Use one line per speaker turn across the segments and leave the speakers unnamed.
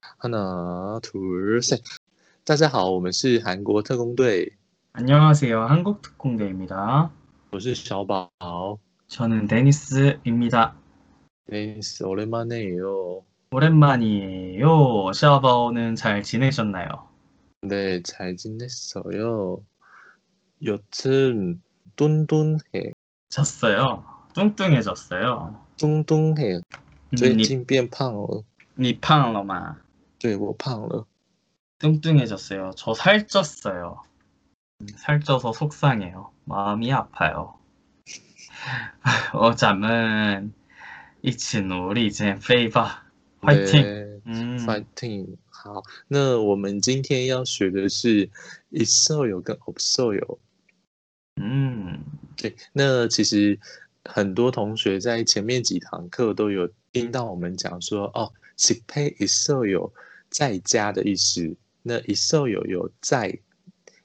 하나, 둘, 셋. 大家好，我们是韩国特工队，
안녕하세요. 한국특공대입니다.
我是小宝。
저는 데니스입니다.
네스 오랜만에요.
오랜만이에요. 샤바오는 잘 지내셨나요?
네, 잘 지냈어요. 여튼 뚠뚠해,
졌어요. 뚱뚱해졌어요. 음,
뚱뚱해. 最近变胖了，
你胖了吗
对我胖了。
뚱뚱해졌어요. 저 살쪘어요. 음, 살쪄서 속상해요. 마음이 아파요. 我咱们一起努力减肥吧.
네.
화이팅!
对
음,
fighting。好，那我们今天要学的是 있어요 跟 없어요。
음,
对，那其实很多同学在前面几堂课都有听到我们讲说，哦 s i p a iso 有在家的意思，那 iso 有有在，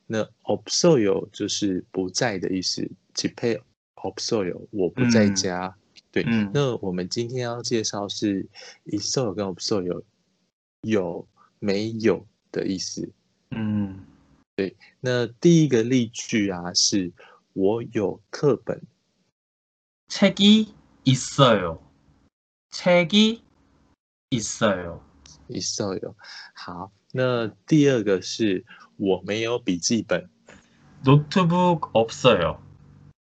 那 obso 有就是不在的意思 s i p a obso 有我不在
嗯
家。对，
음.
那我们今天要介绍是 iso 有跟 obso 有有没有的意思。
음.
那第一个例句啊是，我有课本。
책이 있어요. 책이 있어요.
있어요. 好，那第二个是我没有笔记本
노트북 없어요.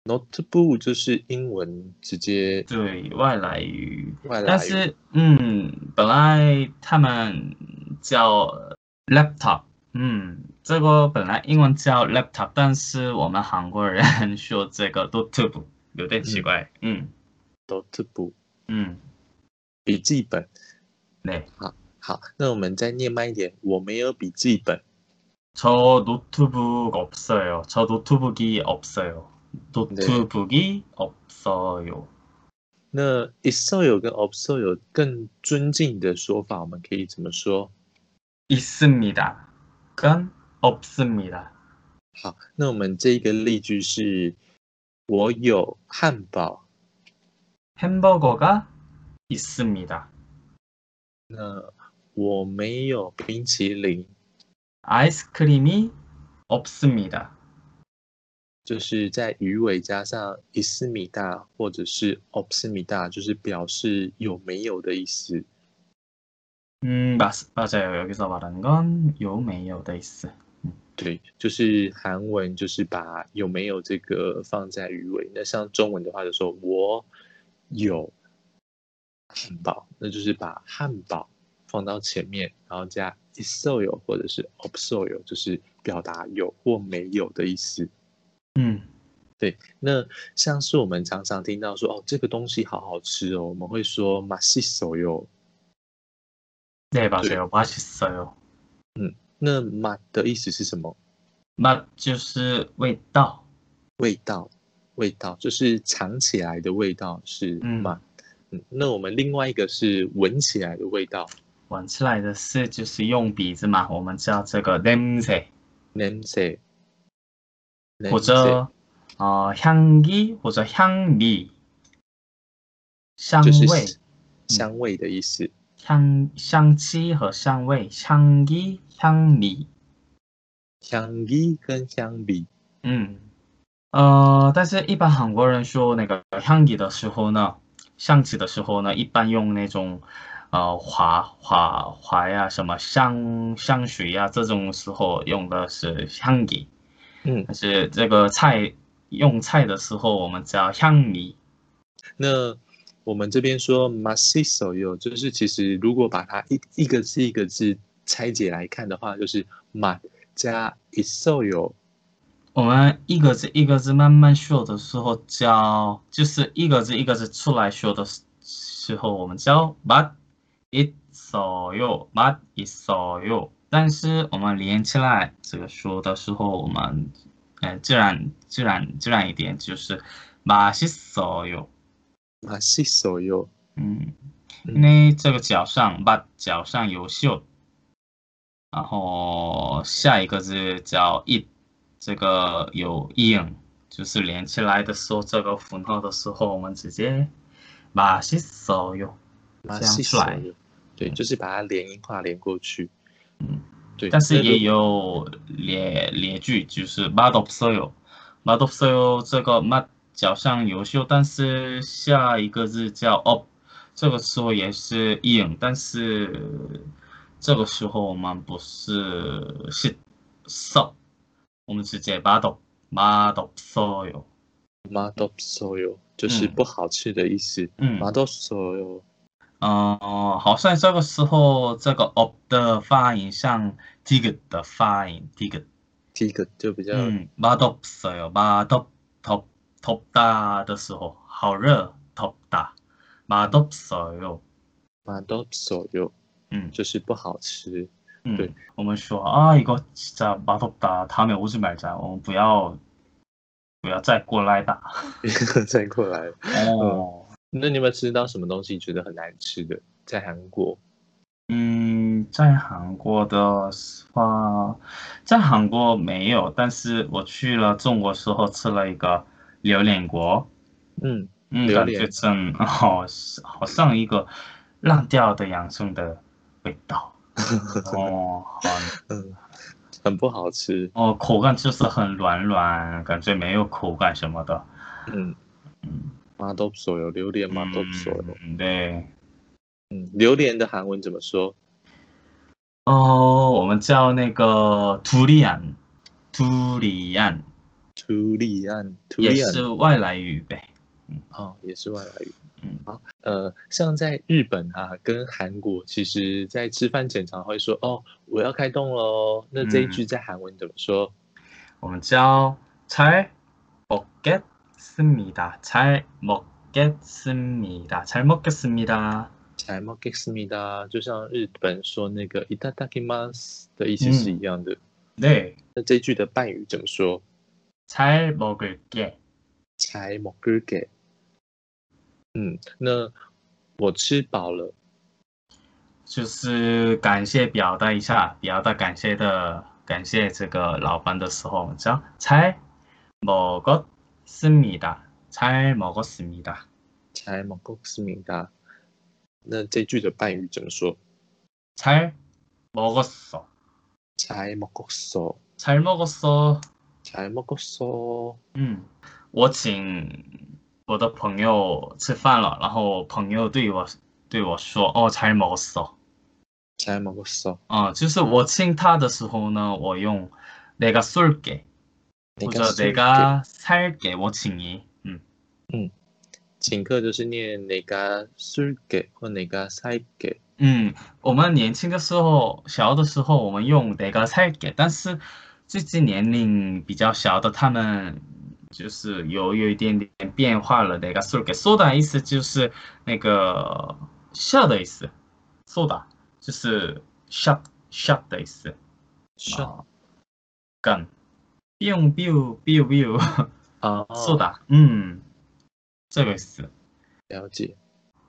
，notebook 就是英文直接
对外来语，
外来
但
语。
是嗯，本来他们叫 laptop，嗯，这个本来英文叫 laptop，但是我们韩国 人说这个 notebook 有点奇怪。嗯
notebook
嗯，
笔记本。
对，
好，那我们再念慢一点，我没有笔记本。
저 노트북 없어요. 저 노트북이 없어요. 노트북이 없어요.
那 있어요 跟 없어요 更尊敬的说法，我们可以怎么说？
있습니다. 건 없습니다.
好，那我们这个例句是：我有汉堡。
햄버거가 있습니다.
那我没有冰淇淋，
아이스크림이 없습니다.
就是在鱼尾加上伊斯米大或者是 o 斯米大，就是表示有没有的意思。
음, 맞, 맞아요. 여기서 말하는 건 요메요 데이스.
对，就是韩文就是把有没有这个放在鱼尾，那像中文的话就说我有汉堡，那就是把汉堡放到前面，然后加 isoyo 或者是 obsoyo，就是表达有或没有的意思。
음,
那像是我们常常听到说哦，这个东西好好吃哦，我们会说맛있어요。
네, 맞아요. 맛있어요.
那맛的意思是什么？
맛주스 웨이더.
味道，味道就是尝起来的味道是
嗯
맛。嗯，那我们另外一个是闻起来的味道
闻起来的是就是用鼻子嘛，我们叫这个 냄새
，냄새。 냄새
或者呃 어, 향기 或者 향미 香
就
味
是香味的意思。
香香气和香味，香气、香米，
香一跟香比，
嗯，呃，但是一般韩国人说那个香气的时候呢，香气的时候呢，一般用那种呃华华华呀，什么香香水呀，这种时候用的是香气，
嗯，
但是这个菜用菜的时候，我们叫香米，
那我们这边说 “masisoyo”，就是其实如果把它一一个字一个字拆解来看的话，就是 “ma” 加 “isoyo”。
我们一个字一个字慢慢说的时候叫，就是一个字一个字出来说的时时候，我们叫맛있어요맛있어요。但是我们连起来这个说的时候，我们呃自然自然自然一点，就是맛있어요。
“masisoyo”。
嗯，
嗯
因为这个脚上把脚上有锈，然后下一个是叫 it，这个有 in，就是连起来的时候，这个符号的时候，我们直接把西手用这样出来
“masisoyo”。对，就是把它连音化连过去。
嗯，
对。
但是
那如
也有连连句，就是맛없어요맛없어요这个맛脚上优秀，但是下一个字叫 up，这个时候也是硬，但是这个时候我们不是是 so，我们直接맛없맛없어요。
madopsoyo 就是
嗯
不好吃的意思。
嗯，
madopsoyo
哦，好像这个时候这个 up 的发音像 dig 的发音，dig。
第一个就比较，
음, 맛없어요. 맛없, 덥, 덥다 的时候,好热, 덥다. 맛없어요.
madopsoyo
음,
就是不好吃。
음.
네.
嗯我们说,啊 아, 이거 진짜 맛없다. 다음에 오지 말자. 어, 不要,不要再过来打.哦
再过来，
어,
那你有没有吃到什么东西觉得很难吃的？在韩国，
음, 在韩国的话,在韩国没有,但是我去了中国时候吃了一个榴莲锅。
嗯，
嗯，
榴
感
莲
觉 真好，好像一个烂掉的洋葱的味道。哦，好，
嗯，很不好吃。
哦，口感就是很软软，感觉没有口感什么的。
嗯
嗯，
，madopsoyo 榴莲 madopsoyo，
嗯，对。
嗯，榴莲的韩文怎么说？
어, 哦，我们叫那个图利安，图利安
图利安，图
也
利安
是外来语呗。
哦，也是外来语。
嗯，
好，呃，像在日本啊，跟韩国，其实在吃饭前常会说哦，我要开动喽。那这一句在韩文怎么说？
我们叫잘먹겠습니다，잘먹겠습니다，잘먹겠습니다。
잘먹겠습니다，就像日本说那个いただきます的意思是一样的。
对。
那这一句的半语怎么说？
잘 먹을게.
잘먹을게。嗯，那我吃饱了。
就是感谢表达一下，表达感谢的感谢这个老板的时候，我们叫잘먹었습니다。잘먹었습니다。
才蒙古斯明达。那这句的半语怎么说？
잘먹었어。
才蒙古索，
잘먹었어。
才蒙古索。
嗯，我请我的朋友吃饭了，然后朋友对我对我说：“哦，잘먹었어。”
才蒙古索。
啊、就是我亲他的时候呢，我用내가쏠게。或者내가살게我请你，嗯，
请客就是念哪个是给或哪个塞给。
嗯，我们年轻的时候，小的时候我们用哪个살게，但是最近年龄比较小的他们就是有有一点点变化了。哪个쏠게，쏘다意思就是那个下的意思，쏘다就是 shot shot 的意思。
shot
啊，干，biu biu biu biu，
啊，
쏘다，嗯，这个意思。
了解。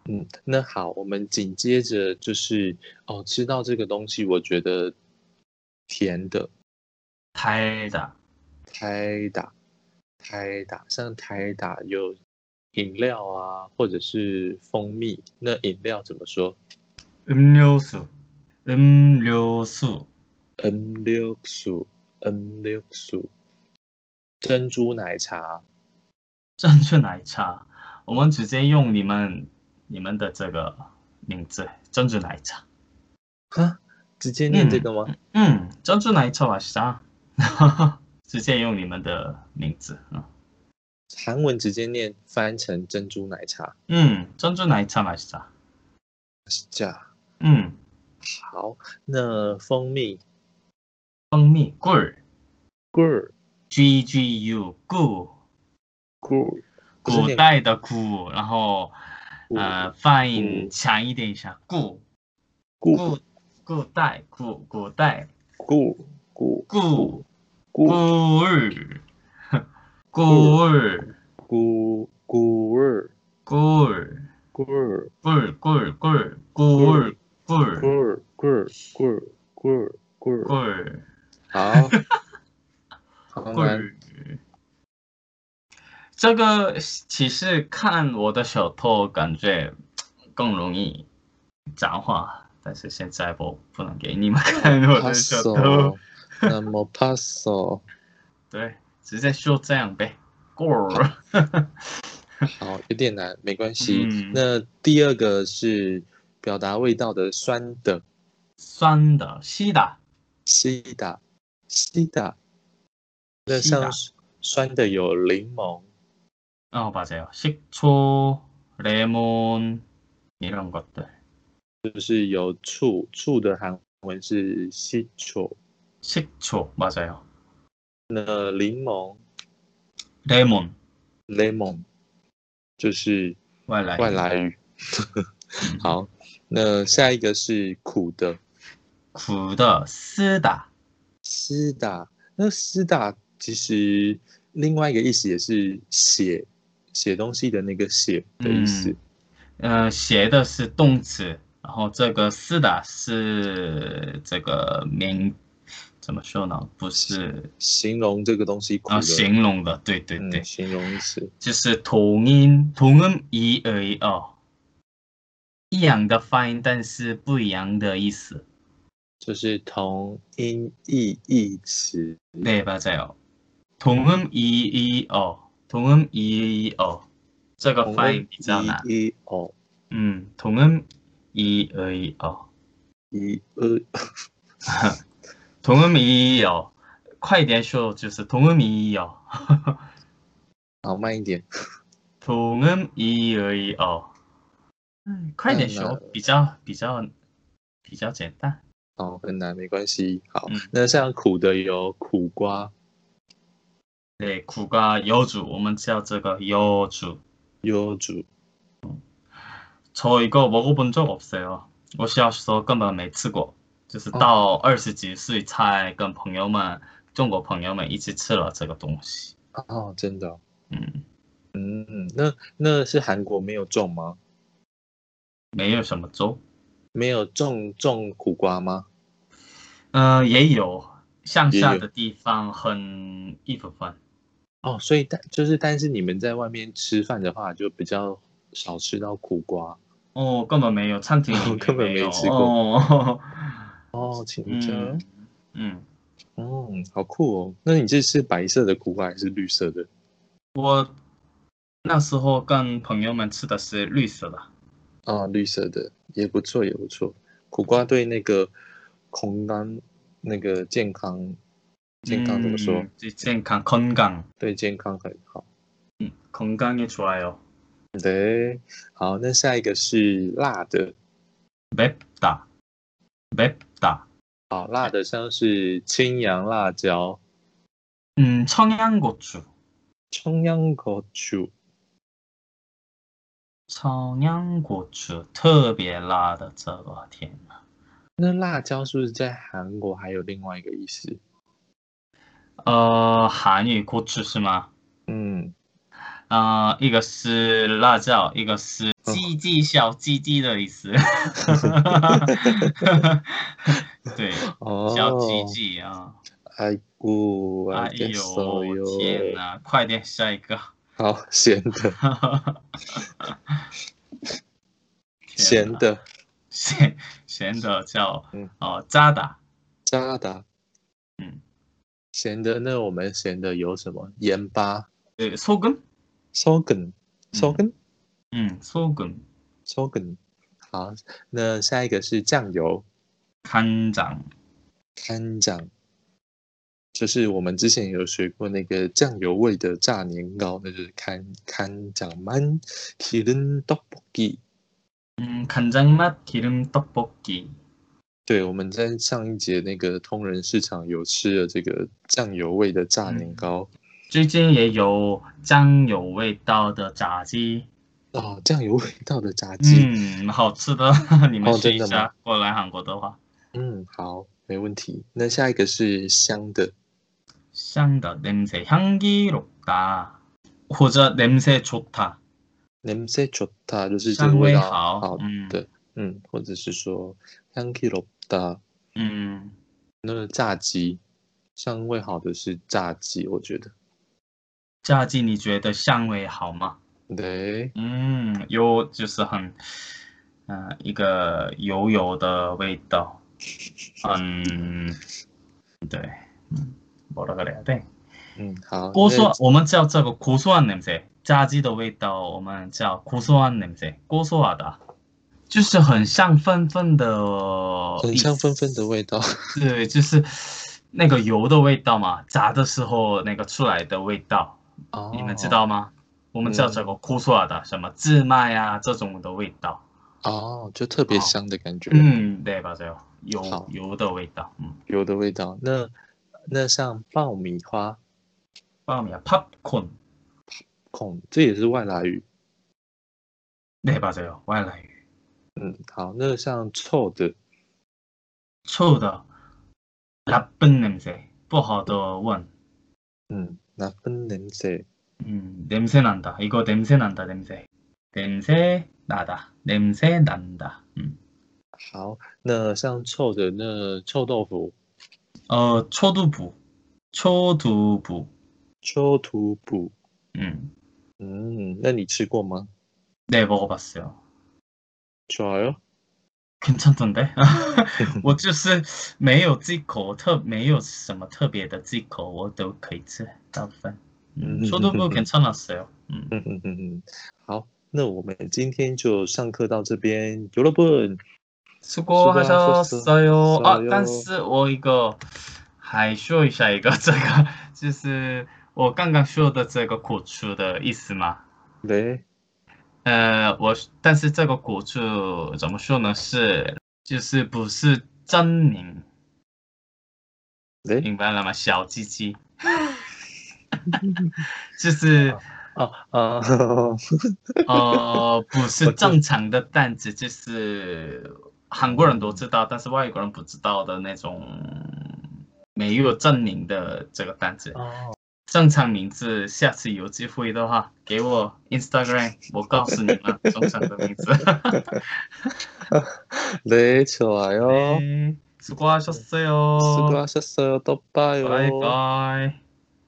嗯，那好，我们紧接着就是哦，吃到这个东西，我觉得甜的，
拍的。
台打，台打，像台打有饮料啊，或者是蜂蜜。那饮料怎么说？
음료수, 음료수,
음료수, 음료수，珍珠奶茶，
珍珠奶茶，我们直接用你们你们的这个名字，珍珠奶茶。
哈，啊直接念这个吗？
嗯，珍珠奶茶吧，啥？ 直接用你们的名字。嗯
韩文直接念翻成珍珠奶茶，
嗯，珍珠奶茶嘛，啥？
是这样。
嗯，
好，那蜂蜜
蜂蜜棍
，gur
，G G U 古
gur，不是
古
念
代的古，然后
古
呃发音
古
强一点一下，古
gu
古古代古古代
gu gu
古。
gu
꿀, 꿀,
gu gu
꿀,
gu
꿀, 꿀, 꿀, 꿀, 꿀,
gu gu gu gu gu，
꿀,
好，好难
꿀. 这个其实看我的手头，感觉更容易讲话，但是现在我不能给你们看 我的秀头。
passo，那么 passo，
对，直接就这样呗。过儿，
好，有点难，没关系。
嗯
那第二个是表达味道的酸的
酸的、稀的，
西打西打，那
西打
像是酸的有柠檬、
어 맞아요. 식초, 레몬 이런 것들.
就是有醋，醋的韩文是西醋。
식초 맞아요.
那柠檬
레몬
（lemon） 就是
왈라이.
外来语。好，那下一个是苦的
구다 쓰다.
s 打，那 s 打其实另外一个意思也是写写东西的那个写的意
嗯
思。
呃，写的是动词，然后这个쓰다是这个名，怎么说呢？不是
形容这个东西苦
啊，
的，
形容的，对对对，
嗯，形容词。
就是同音同音一而已哦，一样的发音，但是不一样的意思。
就是同音异义词。
네, 맞아요. 동음 이이어. 동음 이이어. 这个 파인
音
비잖아.
一哦
음, 동음 이의어.
一呃
동음 이이어. 快点说就是 동음 이이어.
好慢一点。
동음 이의어.
那-
快点说比较比较比较简单
哦，很难，没关系。好，
嗯
那像苦的有苦瓜、
네, 구가 여주. 我们叫这个 여주.
优竹。
저 이거 먹어본 적 없어요. 러시아에서根本没吃过就是
哦。
到二十几岁才跟朋友们、中国朋友们一起吃了这个东西。
哦，真的哦、
嗯，
嗯，那那是韩国没有种吗？
没有什么粥，
没有种种苦瓜吗？
嗯、也有向下
也
的地方很一部分。
哦，所以但就是但是你们在外面吃饭的话，就比较少吃到苦瓜。
哦，根本没有，餐厅里面
根本没
有
吃过
哦、
哦，请
嗯
讲。
嗯，
嗯，好酷哦。那你这是白色的苦瓜还是绿色的？
我那时候跟朋友们吃的是绿色的。
啊，绿色的也不错，也不错。苦瓜对那个红肝、那个健康、健康怎么说？
嗯健康건강
对健康很好。
嗯건강에좋아요。
对，好，那下一个是辣的，
맵다, 맵다.
好，辣的像是青阳辣椒、
음, 청양고추,
청양고추、
청양고추, 特别辣的这个天呐。
那辣椒是不是在韩国还有另外一个意思？
어, 한유 고추 是吗?
嗯，
어, 一个是辣椒,一个是
어.
鸡鸡小鸡鸡的意思.对,
哦，
小鸡鸡啊.
哎姑，哎
哎呦,天呐, 快点下一个.
好咸的，咸
天呐。
的，
咸咸的叫
嗯
哦渣打，
加达，
嗯，
咸的，那我们咸的有什么？盐巴、
呃그소금，
소금、소금、
嗯소금
소금。好，那下一个是酱油，
간장，
干酱，就是我们之前有学过那个酱油味的炸年糕，那就是干干酱만기름떡볶이。
嗯 음, 간장맛기름떡볶이，
对，我们在上一节那个通人市场有吃了这个酱油味的炸年糕、
最近也有酱油味道的炸鸡，
哦，酱油味道的炸鸡，
嗯，好吃的， 你们
哦
试一
真的
下
吗。
过来韩国的话，
嗯，好，没问题。那下一个是香的，
香的냄새향기롭다，或者냄새좋다，
냄새 좋다，就是这个
香
味
味
道
好，嗯
的，嗯，或者是说향기롭다。
嗯，
那炸鸡，香味好的是炸鸡，我觉得。
炸鸡你觉得香味好吗？
对，
嗯，有就是很嗯、一个油油的味道。嗯，对，嗯，뭐라그래야 돼？
嗯，好，
고소
那
我们叫这个고소한냄새，炸鸡的味道我们叫고소한냄새，고소하다，就是很香喷喷的，
很香芬芬的味道。
对，就是那个油的味道嘛，炸的时候那个出来的味道，
哦， 嗯
你们知道吗？我们叫这个고소하다，什么自卖啊这种的味道。
哦，就特别香的感觉，，
嗯，对吧？这油
好
油的味道，嗯，
油的味道。那那像爆米花
爆米啊，popcorn，
孔，这也是外来语。
对吧？这요外来语，
嗯，好，那像臭的
臭的，나쁜냄새，不好的闻。
嗯，拿分냄새，
음, 냄새 난다. 이거 냄새 난다. 냄새. 냄새 나다. 냄새 난다. 음.
好，那像臭的那臭豆腐，
어, 초두부. 초두부.
臭土补，
음.
嗯，那你吃过吗？
네, 먹어봤어요.
좋아요，
괜찮던데? 我就是没有忌口，特没有什么特别的忌口，我都可以吃，大部分。 음,
嗯。
초두부 괜찮았어요. 음.
嗯嗯嗯嗯，好，那我们今天就上课到这边，有了不？
수고하셨어요. 아,
수고하셨어요.
但是我 이거 还说一下 이거 这个 就是我刚刚说的这个苦处的意思嘛。
对，
呃，我但是这个苦处怎么说呢？是就是不是真名，
对，
明白了吗？小鸡鸡，就是
哦啊，
呃，不
我
是
知
正常的单子，就是韩国人都知道，但是外国人不知道的那种没有证明的这个单子。
哦，
正常名字，下次有机会的话，给我 Instagram，我告诉你们正常的名字。
对，좋아요，
네, 哎 수고하셨어요.
哦 수고하셨어요，또
바이바이.
봐요。